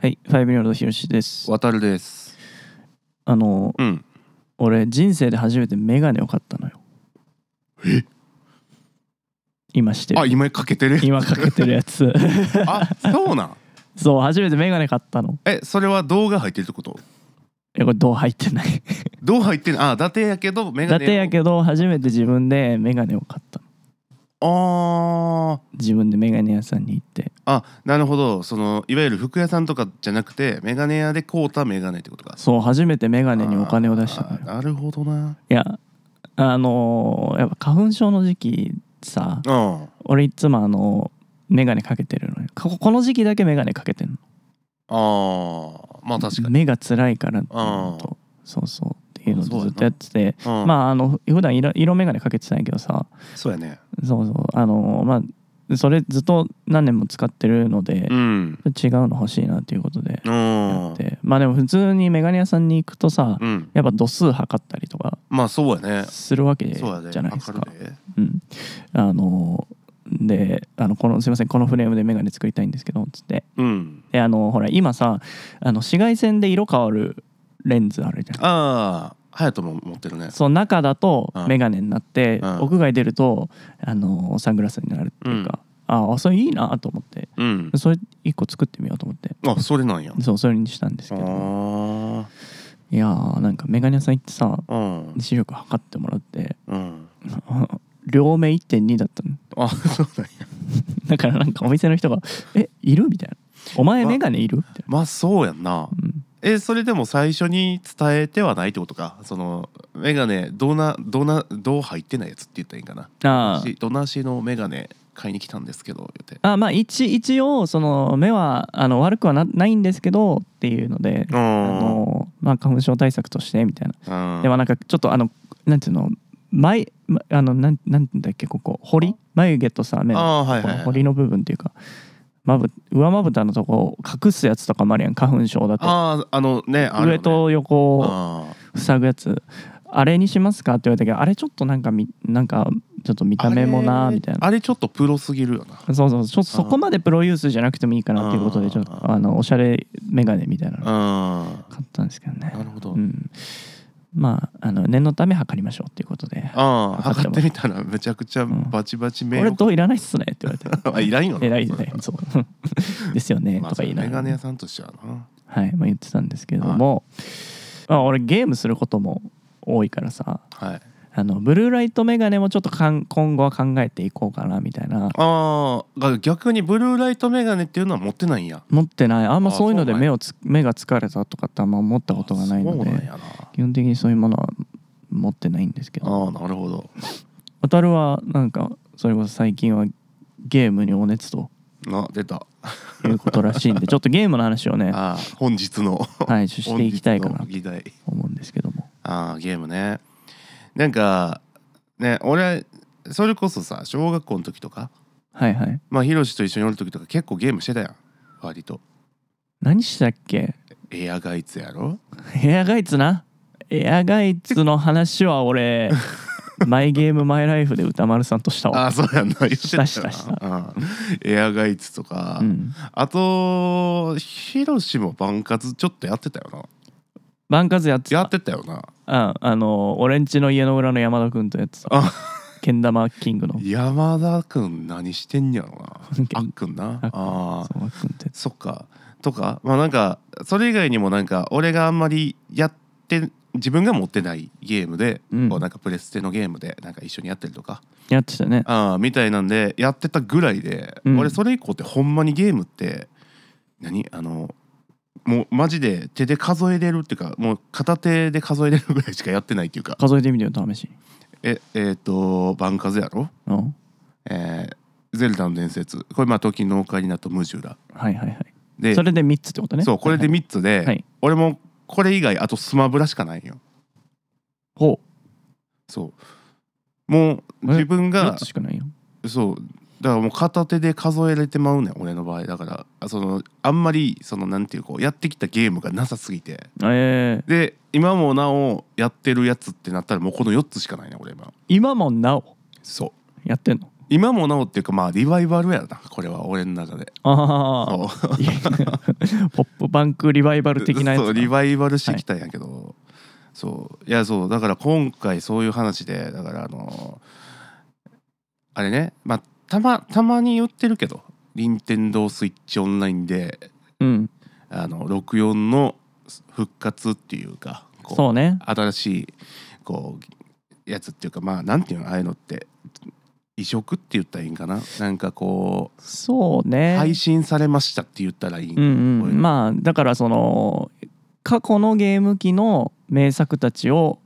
ファイブリオドヒロシです。渡るです。あのうん。俺人生で初めてメガネを買ったのよ。え今してあ、る。今かけてる。今かけてるや つ。あ、そ うなん。そう初めてメガネ買ったの。え、それは動画入ってるってこと。えこれどう入ってない。どう入ってんの。あ、伊達やけど、メ伊ガネ。達やけど初めて自分でメガネを買ったの。あ自分でメガネ屋さんに行って。あ。あ、なるほど。そのいわゆる服屋さんとかじゃなくて、メガネ屋で買うたメガネってことか。そう初めてメガネにお金を出したのあよー。なるほどな。いやあのーやっぱ花粉症の時期さうん。俺いつもあのメガネかけてるのよここの時期だけメガネかけてるのああ、まあ確かに。目が辛いからっていうのとそうそうっていうのそうとやずなっとやっててうん、まああの普段色色眼鏡かけてたんやけどさそうやね。そうそうあのまあそれずっと何年も使ってるのでう、ん。違うの欲しいなっていうことでうやんっ。てまあでも普通にメガネ屋さんに行くとさうん。やっぱ度数測ったりとかまあそうやね。するわけじそうやね。ゃないですかわ。るでうん、あのであのこの「すいませんこのフレームでメガネ作りたいんですけど」つってうん。であのほら今さあの紫外線で色変わるレンズあるじゃんああ、隼人も持ってるね。その中だとうんメガネになって、うん屋外出るとあのサングラスになるっていうか、ああそれいいなと思ってうん。それ一個作ってみようと思ってあ、それなんや。そうそれにしたんですけどあいやーなんかメガネ屋さん行ってさあ、うん、視力測ってもらって うん、あ両目1.2だったのあ、そうなんや。だからなんかお店の人が「えいる?」みたいな「お前メガネいる?」みたいな。まあそうやんな。うんえ、それでも最初に伝えてはないってことか。そのメガネどうなどうなどう入ってないやつって言ったらいいんかな。あしどなしのメガネ買いに来たんですけど言って。ああまあ一一応その目はあの悪くはなないんですけどっていうので、うあん。のまあ、花粉症対策としてみたいな、うんでもなんかちょっとあのなんていうの眉まあのなんなんだっけここ彫り眉毛とさ目のああー、はこいはい、のはい。彫りの部分っていうかまぶ上まぶたのとこを隠すやつとかもあるやん花粉症だと、ああ、あのね、あるよね上と横をあー塞ぐやつあれにしますかって言われたけどあれちょっとなんかみなんかちょっと見た目もなあれみたいなあれちょっとプロすぎるよな。そうそうちょそこまでプロユースじゃなくてもいいかなっていうことであーちょっとあのおしゃれメガネみたいなのうん。買ったんですけどねなるほど。うんまああの念のため測りましょうっていうことでああ、測測っっててもみたらめちゃくちゃバチバ「チ目俺をどういらないっすね」って言われて あいらんよ「なえらい ね」そう ですよねまあとか言いなメがガらネ屋ねさんとしてはなはいまあ言ってたんですけれどもまあ俺ゲームすることも多いからさはいあのブルーライトメガネもちょっとかん今後は考えていこうかなみたいなあーが逆にブルーライトメガネっていうのは持ってないんや持ってないあんまあそういうのでそうなん目やをつ目が疲れたとかってあんま思ったことがないのそうなんでやな基本的にそういうものは持ってないんですけどああなるほど渡るはなんかそれこそ最近はゲームにお熱とな出たいうことらしいん でちょっとゲームの話をねあー本日のはい していきたいかな本と日の議題思うんですけどもああゲームねなんかね俺それこそさ小学校の時とかはいはいまあヒロシと一緒におる時とか結構ゲームしてたやん割と何したっけエアガイツやろエアガイツなエアガイツの話は 俺マイゲームマイライフで歌丸さんとしたあわあそうやんな言ってたよなしたしたしたうんエアガイツとか、うんあとヒロシもバンカツちょっとやってたよなバンカズやってたやってたよなああの俺んちの家の裏の山田君とやつあけん玉キングの山田くん何してんやろな あっくんなあっくんあーそう君ってそっかとかまあなんかそれ以外にもなんか俺があんまりやって自分が持ってないゲームで、うんこうなんかプレステのゲームでなんか一緒にやったりとかやってたねあーみたいなんでやってたぐらいで、うん俺それ以降ってほんまにゲームって何あのもうマジで手で数えれるっていうかもう片手で数えれるぐらいしかやってないっていうか数えてみてよ試しにええっ、と番数やろうんえーゼルダの伝説」これまあ時のオカリナとムジュラはいはいはいでそれで3つってことねそうこれはでいはい3つで、はい俺もこれ以外あとスマブラしかないんよほそうもう自分う4がつしかないよそうだからもう片手で数えれてまうねん俺の場合だからあそのあんまりそのなんていうこうやってきたゲームがなさすぎてえー、で今もなおやってるやつってなったらもうこの4つしかないね俺今今もなおそやってんのう今もなおっていうかまあリバイバルやなこれは俺の中でああそういや ポップバンクリバイバル的なやつそうリかバイバルしてきたんやけど、そういやそうだから今回そういう話でだからあのあれねまあたまたまに言ってるけど任天堂スイッチオンラインでうんあの64の復活っていうかこうそうね新しいこうやつっていうかまあなんていうのああいうのって移植って言ったらいいんかななんかこそううね配信されましたって言ったらいいんうかんなう、こういうんのまあだからその過去のゲーム機の名作たちを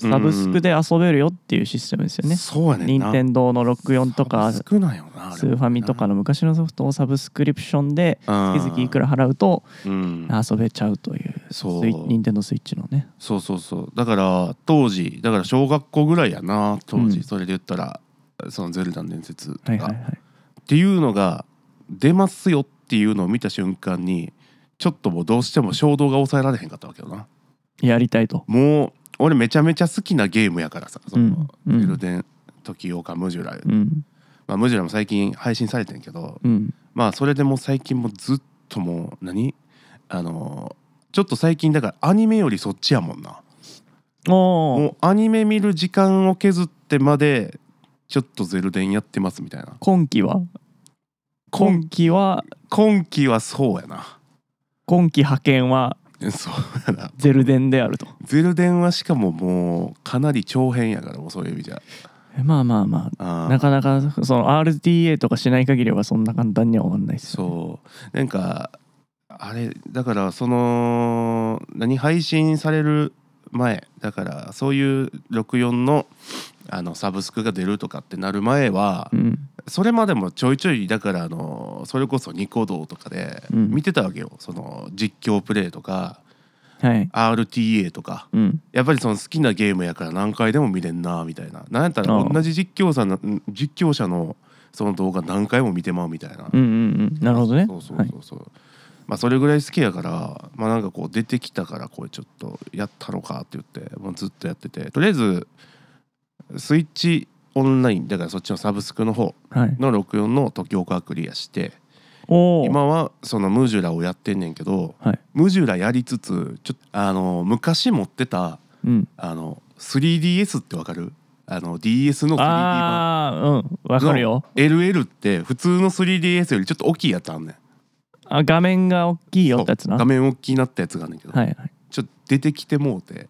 サブスクで遊べるよっていうシステムですよね。そうやねん任な天堂の64とかス少ないよなあれーファミとかの昔のソフトをサブスクリプションで月々いくら、ら払うとうん、遊べちゃうというそうスイ任天堂スイッチのね。そうそうそうだから当時だから小学校ぐらいやな当時、うんそれで言ったら「そのゼルダの伝説」とか、はいはいはい。っていうのが出ますよっていうのを見た瞬間にちょっともうどうしても衝動が抑えられへんかったわけよなやりたいと。もう俺めちゃめちゃ好きなゲームやからさ「そのうんうんゼルデン時岡ムジュラ」うんまあ、ムジュラも最近配信されてんけどうんまあそれでもう最近もうずっともう何あのーちょっと最近だからアニメよりそっちやもんなおもおうアニメ見る時間を削ってまでちょっと「ゼルデンやってますみたいな今期は今今期は今期はそうやな 今期派遣はそうやなゼルデンであると。ゼルデンはしかももうかなり長編やからもうそういう意味じゃえまあまあまああーなかなかその RTA とかしない限りはそんな簡単には終わんないですよね、そうなんかあれだからその何配信される前だからそういう64のあのサブスクが出るとかってなる前は、うんそれまでもちょいちょいだからあのそれこそニコ動とかでうん見てたわけよ、その実況プレイとかはい RTA とかうんやっぱりその好きなゲームやから何回でも見れんなみたいななんやったあらあ同じ実況者のん実況者のその動画何回も見てまうみたいな、うんうんうんなるほどねそうそうそうそう、まあそれぐらい好きやからまあなんかこう出てきたからこれちょっとやったのかって言ってもうずっとやっててとりあえずスイッチオンラインだからそっちのサブスクの方はい、はい、の64の時岡はクリアしておお今はそのムジュラをやってんねんけど、はいムジュラやりつつちょっとあの昔持ってたうんあの 3DS ってわかるあの DS の 3D 版ああうんわかるよ LL って普通の 3DS よりちょっと大きいやつあんねんあ画面が大きいよってやつな画面大きくなったやつがあんねんけど、はいはいちょっと出てきてもうて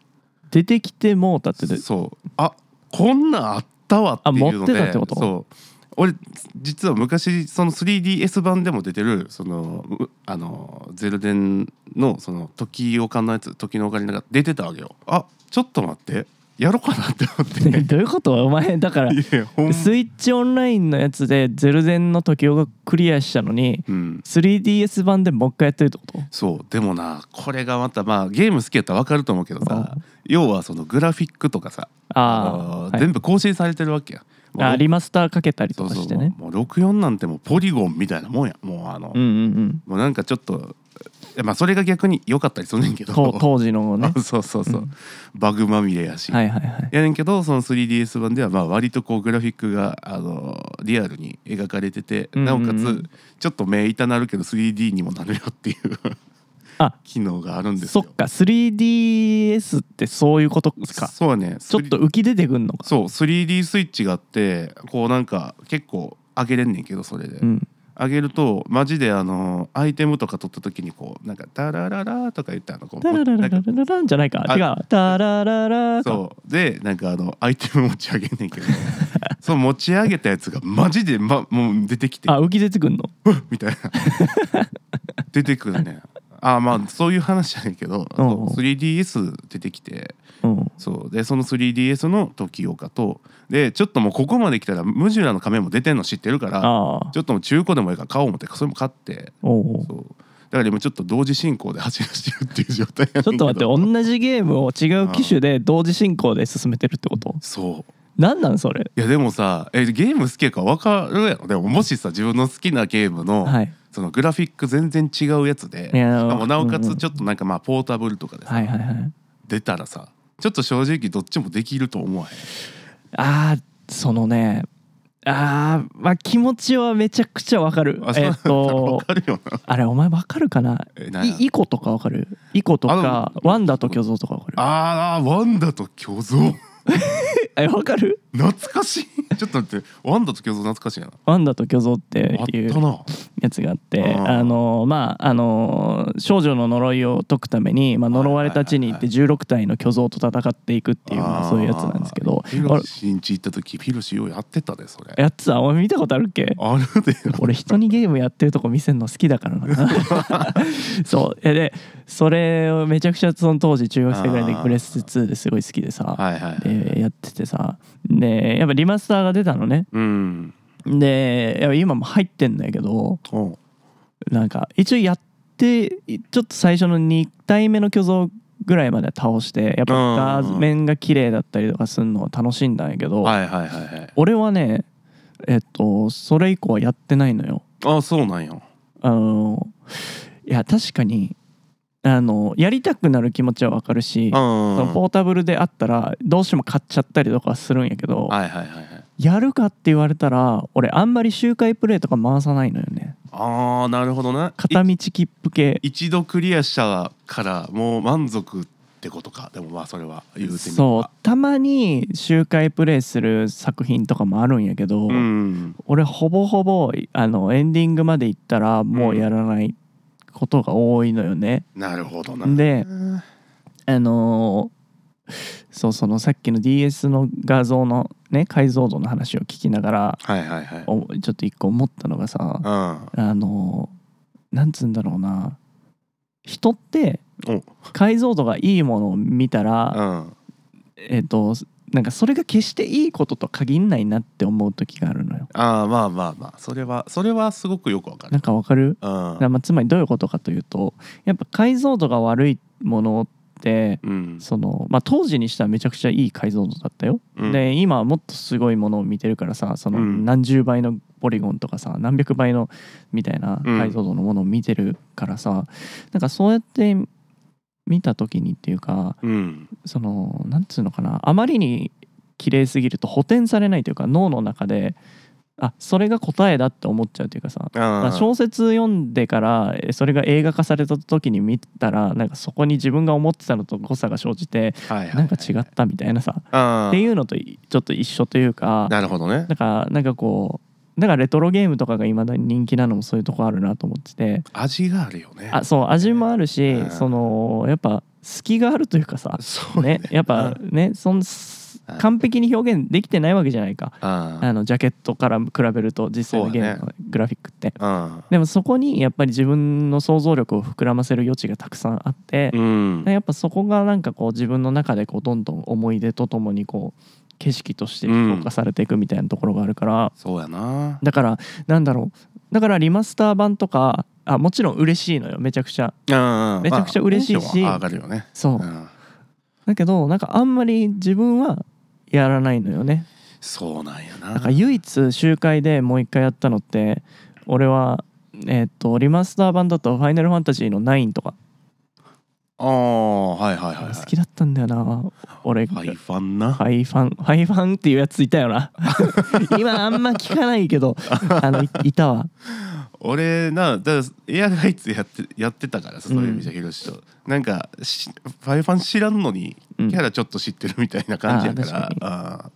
出てきてもうたってでそうあこんなんあったわっていうのであ持ってたってことそう俺実は昔その 3DS 版でも出てるそのうあのゼルデンのその時岡のやつ時のオカリナが出てたわけよあちょっと待ってやろうかなって思っ てどういうことお前だからいやほんまスイッチオンラインのやつでゼルデンの時をがクリアしたのにうん、 3DS 版でもう一回やってるってことそうでもなこれがまたまあゲーム好きやったら分かると思うけどさ要はそのグラフィックとかさあのあ、はい全部更新されてるわけや。もうあリマスターかけたりそとうかそうしてねもう64なんてもうポリゴンみたいなもんやもうあの、うん うんもうなんかちょっとえまあそれが逆に良かったりするねんけうどんと当時のね そうそうそう、うんバグまみれやし、はいはいはいやねんけどその 3DS 版ではまあ割とこうグラフィックがあのリアルに描かれてて、うんうんうんなおかつちょっと目痛なるけど 3D にもなるよっていうあ機能があるんですそよっか 3DS ってそういうことですかそうやねちょっと浮き出てくんのかそう 3D スイッチがあってこうなんか結構上げれんねんけどそれで、うん上げるとマジであのアイテムとか取った時にこうなんか「タラララ」とか言ってあのこうタララララなんかララランじゃないかあ違うタラララかそうでなんかあのアイテム持ち上げんねんけど その持ち上げたやつがマジで、ま、もう出てきてあ浮き出てくんの みたいな出てくるねあまあそういう話じゃないけどうんそう 3DS 出てきてうんそうでその 3DS の時岡とでちょっともうここまで来たらムジュラの仮面も出てんの知ってるからああちょっともう中古でもいいから買おう思ってそれも買っておうおうそうだから今ちょっと同時進行で走らしてるっていう状態やちょっと待ってって同じゲームを違う機種で同時進行で進めてるってことそうなんなんそれいやでもさえゲーム好きやから分かるやろでももしさ自分の好きなゲームの、はいそのグラフィック全然違うやつでいやしかもなおかうんうつんちょっとなんかまあポータブルとかでさ、はいはいはい出たらさちょっと正直どっちもできると思わへんあーそのねあーまあ気持ちはめちゃくちゃわかるあそうえなっんだわとかるよなあれお前わかるかなえなんやいイコとかわかるイコとかあワンダと巨像とかわかるあーあーワンダと巨像えわかる懐かしいちょっと待ってワンダと巨像懐かしいなワンダと巨像ってあっいうたなやつがあってあーあのまああの少女の呪いを解くために、まあ、呪われた地に行って16体の巨像と戦っていくっていう、まあ、そういうやつなんですけどあーヒロシんち行った時ヒロシようやってたでそれあやつはお前見たことあるっけあるで俺人にゲームやってるとこ見せるの好きだからな そうえでそれをめちゃくちゃその当時中学生ぐらいであープレステ2ですごい好きでさ、はいはいはいでやっててさでやっぱリマスターが出たのねうんでやっぱ今も入ってんだけどおうなんか一応やってちょっと最初の2体目の巨像ぐらいまでは倒してやっぱうんうんうん画面が綺麗だったりとかするのを楽しんだんやけど、はいはいはいはい俺はねえっとそれ以降はやってないのよ。あそうなんやあのいや確かにあのやりたくなる気持ちはわかるし、そのはポータブルであったらどうしても買っちゃったりとかはするんやけど、いはいはいはいやるかって言われたら俺あんまり周回プレイとか回さないのよねああなるほどね片道切符系い一度クリアしたからもう満足ってことかでもまあそれは言うてみればそうたまに周回プレイする作品とかもあるんやけど、うん俺ほぼほぼあのエンディングまで行ったらもうやらないことが多いのよね、なるほどなであのーそうそのさっきの DS の画像のね解像度の話を聞きながらはいはいはいおちょっと一個思ったのがさうんあのーなんつうんだろうな人ってお解像度がいいものを見たらうんえっ、となんかそれが決していいことと限んないなって思う時があるのよ。ああまあまあまあそれはそれはすごくよくわかなるんかわかるうんまあつまりどういうことかというとやっぱ解像度が悪いものってうんその、まあ、当時にしてはめちゃくちゃいい解像度だったよ。うんで今はもっとすごいものを見てるからさそのうん何十倍のポリゴンとかさ何百倍のみたいなうん解像度のものを見てるからさ、なんかそうやって見た時にっていうかうんそのなんつうのかなあまりに綺麗すぎると補填されないというか脳の中であそれが答えだって思っちゃうというかさあまあ小説読んでからえそれが映画化された時に見たらなんかそこに自分が思ってたのと誤差が生じてはいはいはいなんか違ったみたいなさあーっていうのといちょっと一緒というかなるほどねなんかなんかこうだからレトロゲームとかがいまだに人気なのもそういうとこあるなと思ってて味があるよねあそう味もあるしうんそのやっぱ隙があるというかさそうねねやっぱねそんうん完璧に表現できてないわけじゃないかああのジャケットから比べると実際のゲームそうのグラフィックって。あでもそこにやっぱり自分の想像力を膨らませる余地がたくさんあって、うんでやっぱそこがなんかこう自分の中でこうどんどん思い出とともにこう景色として評価されていくみたいなところがあるから、そうやなだからなんだろうだからリマスター版とかあもちろん嬉しいのよめちゃくちゃうんめちゃくちゃ嬉しいしまあテンションは上がるよねそう、うんだけどなんかあんまり自分はやらないのよねそうなんやななんか唯一集会でもう一回やったのって俺はえっとリマスター版だと「ファイナルファンタジー」の9とかああはいはいはいはい好きだったんだよな俺ハイファンなハイファンハイファンっていうやついたよ な今あんま聞かないけどあのいいたわ俺なだからエアガイツやってやってたからさそういう意味じゃうヒロシとなんかしファイファン知らんのにうキんャラちょっと知ってるみたいな感じやかあー確ら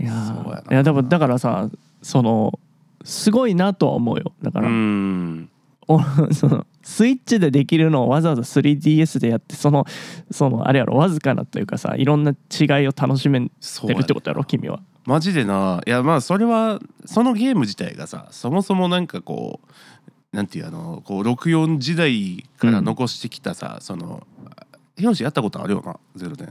いやそうやーないやでもだからさそのすごいなとは思うよだかうんら、うんお そのスイッチでできるのをわざわざ 3DS でやってそのそのあれやろわずかなというかさいろんな違いを楽しめてそうやるねってことやろ君はマジでないやまあそれはそのゲーム自体がさそもそもなんかこうなんていうあのこう64時代から残してきたさ、そのヒロシやったことあるよなゼロ点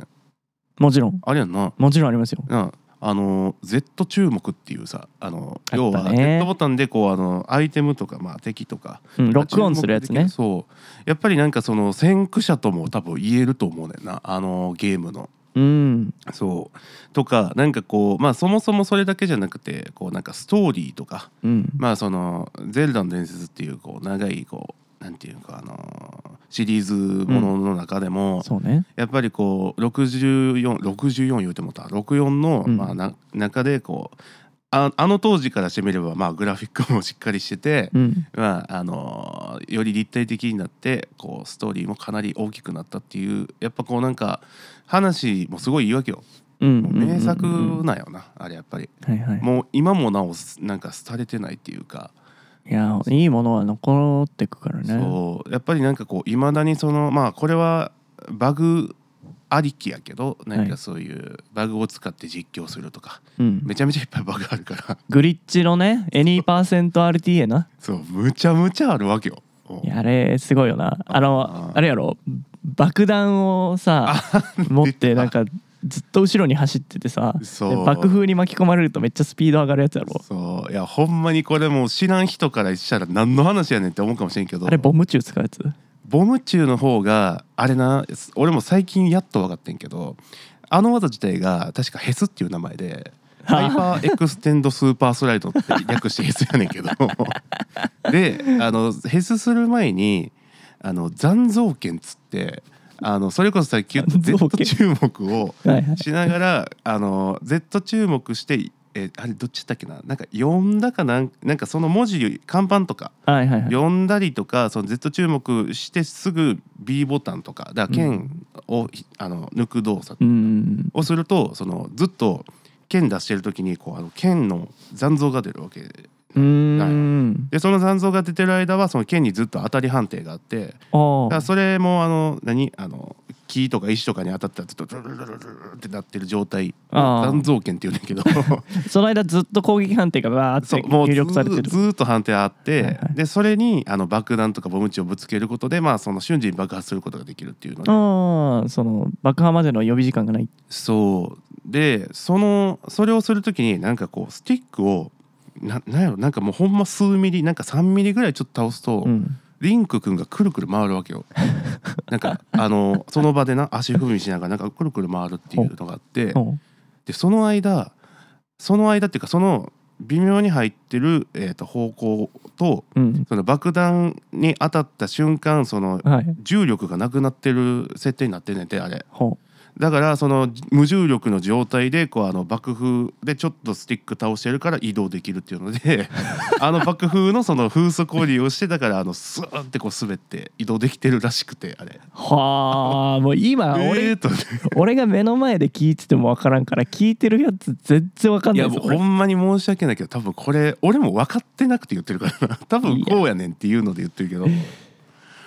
もちろんあれやんなもちろんありますようんあの Z 注目っていうさあのあったね要は Z ボタンでこうあのアイテムとか、まあ、敵とかうんロックオンするやつねそうやっぱりなんかその先駆者とも多分言えると思うねんなあのゲームの。うんそうとかなんかこうまあそもそもそれだけじゃなくてこうなんかストーリーとかうんまあその「ゼルダの伝説」っていうこう長いこうなんていうかあのシリーズものの中でも、そうねやっぱりこう6464言うてもた64の、うんまあ、な中でこうああの当時からしてみれば、まあ、グラフィックもしっかりしてて、うんまああのより立体的になってこうストーリーもかなり大きくなったっていうやっぱこうなんか話もすごいいいわけようんもう名作うんうんうんなんよなあれやっぱりはいはいもう今もなおなんか廃れてないっていうかいやいいものは残ってくからねそうやっぱりなんかこういまだにそのまあこれはバグありきやけど何かそういうバグを使って実況するとか、うんめちゃめちゃいっぱいバグあるから グリッチのね any%RTA なそうむちゃむちゃあるわけよ。うんいやあれすごいよなあのあーあれやろ爆弾をさ持ってなんかずっと後ろに走っててさそうで爆風に巻き込まれるとめっちゃスピード上がるやつやろそういやほんまにこれもう知らん人からしたら何の話やねんって思うかもしれんけどあれボム中使うやつボム中の方があれな俺も最近やっと分かってんけどあの技自体が確かヘスっていう名前でハイパーエクステンドスーパースライドって略してヘスやね んけどであのヘスする前にあの残像剣つってあのそれこそさっき言った残像 Z 剣注目をはいはいしながらあの Z 注目してえあれどっちだったっけななんか読んだかなんなんかその文字看板とかはいはいはい読んだりとかその Z 注目してすぐ B ボタンとかだから剣を、ひあの抜く動作うんをするとそのずっと剣出してる時にこうあの剣の残像が出るわけでうーんでその残像が出てる間はその剣にずっと当たり判定があっあてだからーそれもあの何あの木とか石とかに当たったらずっとルルルルルルってなってる状態あー残像剣って言うねんだけどその間ずっと攻撃判定がバーっそてうもうず入力されてるずーっと判定あって、はいはいでそれにあの爆弾とかボムチをぶつけることで、まあ、その瞬時に爆発することができるっていうのでああその爆破までの予備時間がないそうでそのそれをするときになんかこうスティックをななんやろなんかもうほんま数ミリなんか3ミリぐらいちょっと倒すと、うんリンク君がくるくる回るわけ よなんかあのその場でな足踏みしながらなんかくるくる回るっていうのがあっておうでその間その間っていうかその微妙に入ってる、えー、と方向とうんその爆弾に当たった瞬間そのはい重力がなくなってる設定になってんねんてあれほだからその無重力の状態でこうあの爆風でちょっとスティック倒してるから移動できるっていうので あの爆風のその風速を利用してだからあのスーンってこう滑って移動できてるらしくてあうれはあもう今俺えー、と俺が目の前で聞いてても分からんから聞いてるやつ全然分かんいないやぞもうほんまに申し訳ないけど多分これ俺も分かってなくて言ってるからな多分こうやねんっていうので言ってるけど。俺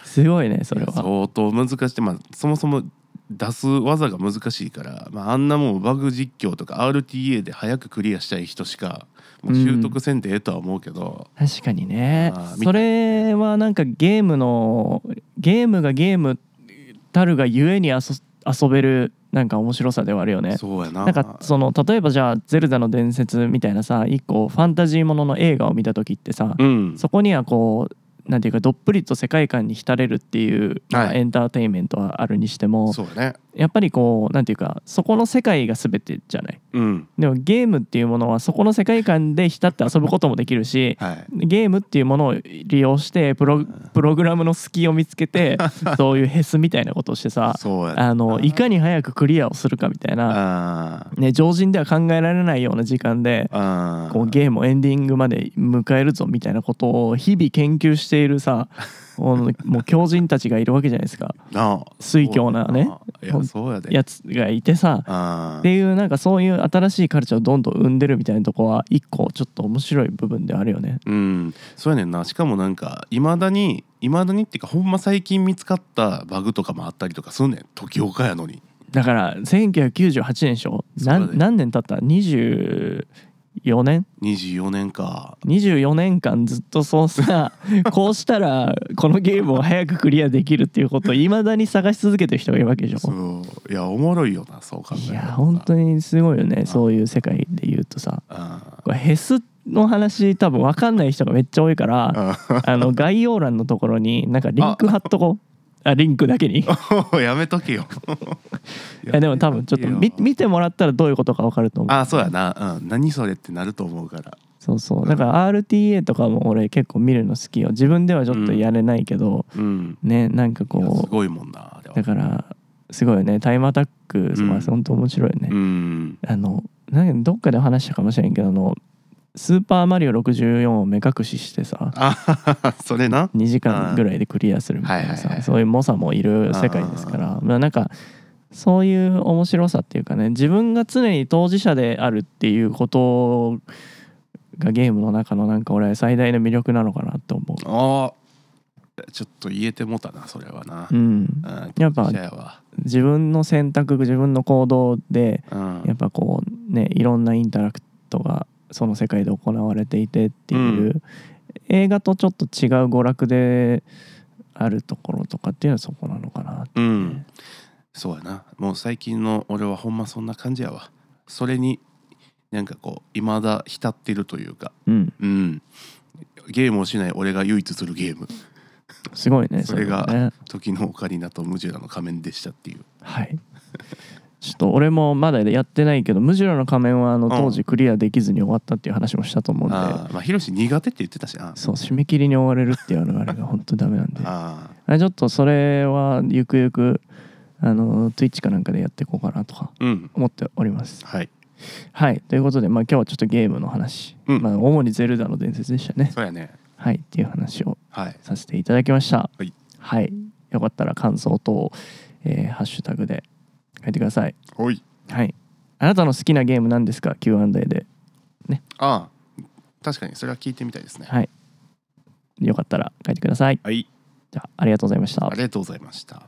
すごいねそれは相当難しくて、まあ、そもそも出す技が難しいから、まあ、あんなもうバグ実況とか RTA で早くクリアしたい人しかもう習得せんでええとは思うけど、確かにねあーみそれはなんかゲームのゲームがゲームたるがゆえに遊遊べるなんか面白さではあるよねそうやななんかその例えばじゃあ「ゼルダの伝説」みたいなさ一個ファンタジーものの映画を見た時ってさ、うんそこにはこうなんていうかどっぷりと世界観に浸れるっていう、まあはいエンターテインメントはあるにしてもそうやねやっぱりこうなんていうかそこの世界が全てじゃないうんでもゲームっていうものはそこの世界観で浸って遊ぶこともできるしはいゲームっていうものを利用してプロプログラムの隙を見つけて そういうヘスみたいなことをしてさそうやなあのいかに早くクリアをするかみたいな、あね、常人では考えられないような時間でーあーこうゲームをエンディングまで迎えるぞみたいなことを日々研究している さこのもう狂人たちがいるわけじゃないですかなあ水郷なねそうやないやそう やでやつがいてさあっーていうなんかそういう新しいカルチャーをどんどん生んでるみたいなとこは一個ちょっと面白い部分ではあるよね。うんそうやねんなしかもなんかいまだにいまだにっていうかほんま最近見つかったバグとかもあったりとかすんねん時岡やのにだから1998年でしょ、なそうだんね何年経った24年24年か24年間ずっとそう さこうしたらこのゲームを早くクリアできるっていうことをいまだに探し続けてる人がいるわけでしょ。そういやおもろいよなそう考えいるや本当ににすごいよねそういう世界で言うとさあこれヘスの話多分分かんない人がめっちゃ多いからああの概要欄のところになんかリンク貼っとこうあリンクだけにい やめと けよやでも多分ちょっと見見てもらったらどういうことか分かると思うあそうやな、うん、何それってなると思うからそうそうだから RTA とかも俺結構見るの好きよ自分ではちょっとやれないけど、うんねなんかいやすこごいもんなあれうだはからすごいよねタイムアタックうんは本当面白いよね、うんあのなんかどっかで話したかもしれんけどあのスーパーマリオ64」を目隠ししてさあそれな2時間ぐらいでクリアするみたいなはいはいはさいそういう猛者もいる世界ですからまあなんかそういう面白さっていうかね自分が常に当事者であるっていうことがゲームの中のなんか俺は最大の魅力なのかなって思う。あーちょっと言えてもたなそれはな、うん、うんやっぱ当事者やわ自分の選択自分の行動でうんやっぱこうねいろんなインタラクトがその世界で行われていてっていう、うん映画とちょっと違う娯楽であるところとかっていうのはそこなのかなうんそうやなもう最近の俺はほんまそんな感じやわそれになんかこういまだ浸ってるというかうんうんゲームをしない俺が唯一するゲームすごいねそれういうのねが「時のオカリナとムジュラの仮面」でしたっていうはいちょっと俺もまだやってないけど「ムジュラの仮面」はあのうん当時クリアできずに終わったっていう話もしたと思うんで、あーまあヒロシ苦手って言ってたしなそう締め切りに追われるっていうのがあれが本当ダメなんでああれちょっとそれはゆくゆくあの Twitch かなんかでやっていこうかなとかーうん思っております。はいはいということで、まあ、今日はちょっとゲームの話、うんまあ、主に「ゼルダの伝説」でしたね。そうやねはいっていう話をはいさせていただきました。はい、よかったら感想等を、えーハッシュタグで書いてください。おいはい、あなたの好きなゲームなんですか ?Q&A でああ確かにそれは聞いてみたいですねよかったら書いてください。はいじゃあありがとうございましたあ。りがとうございました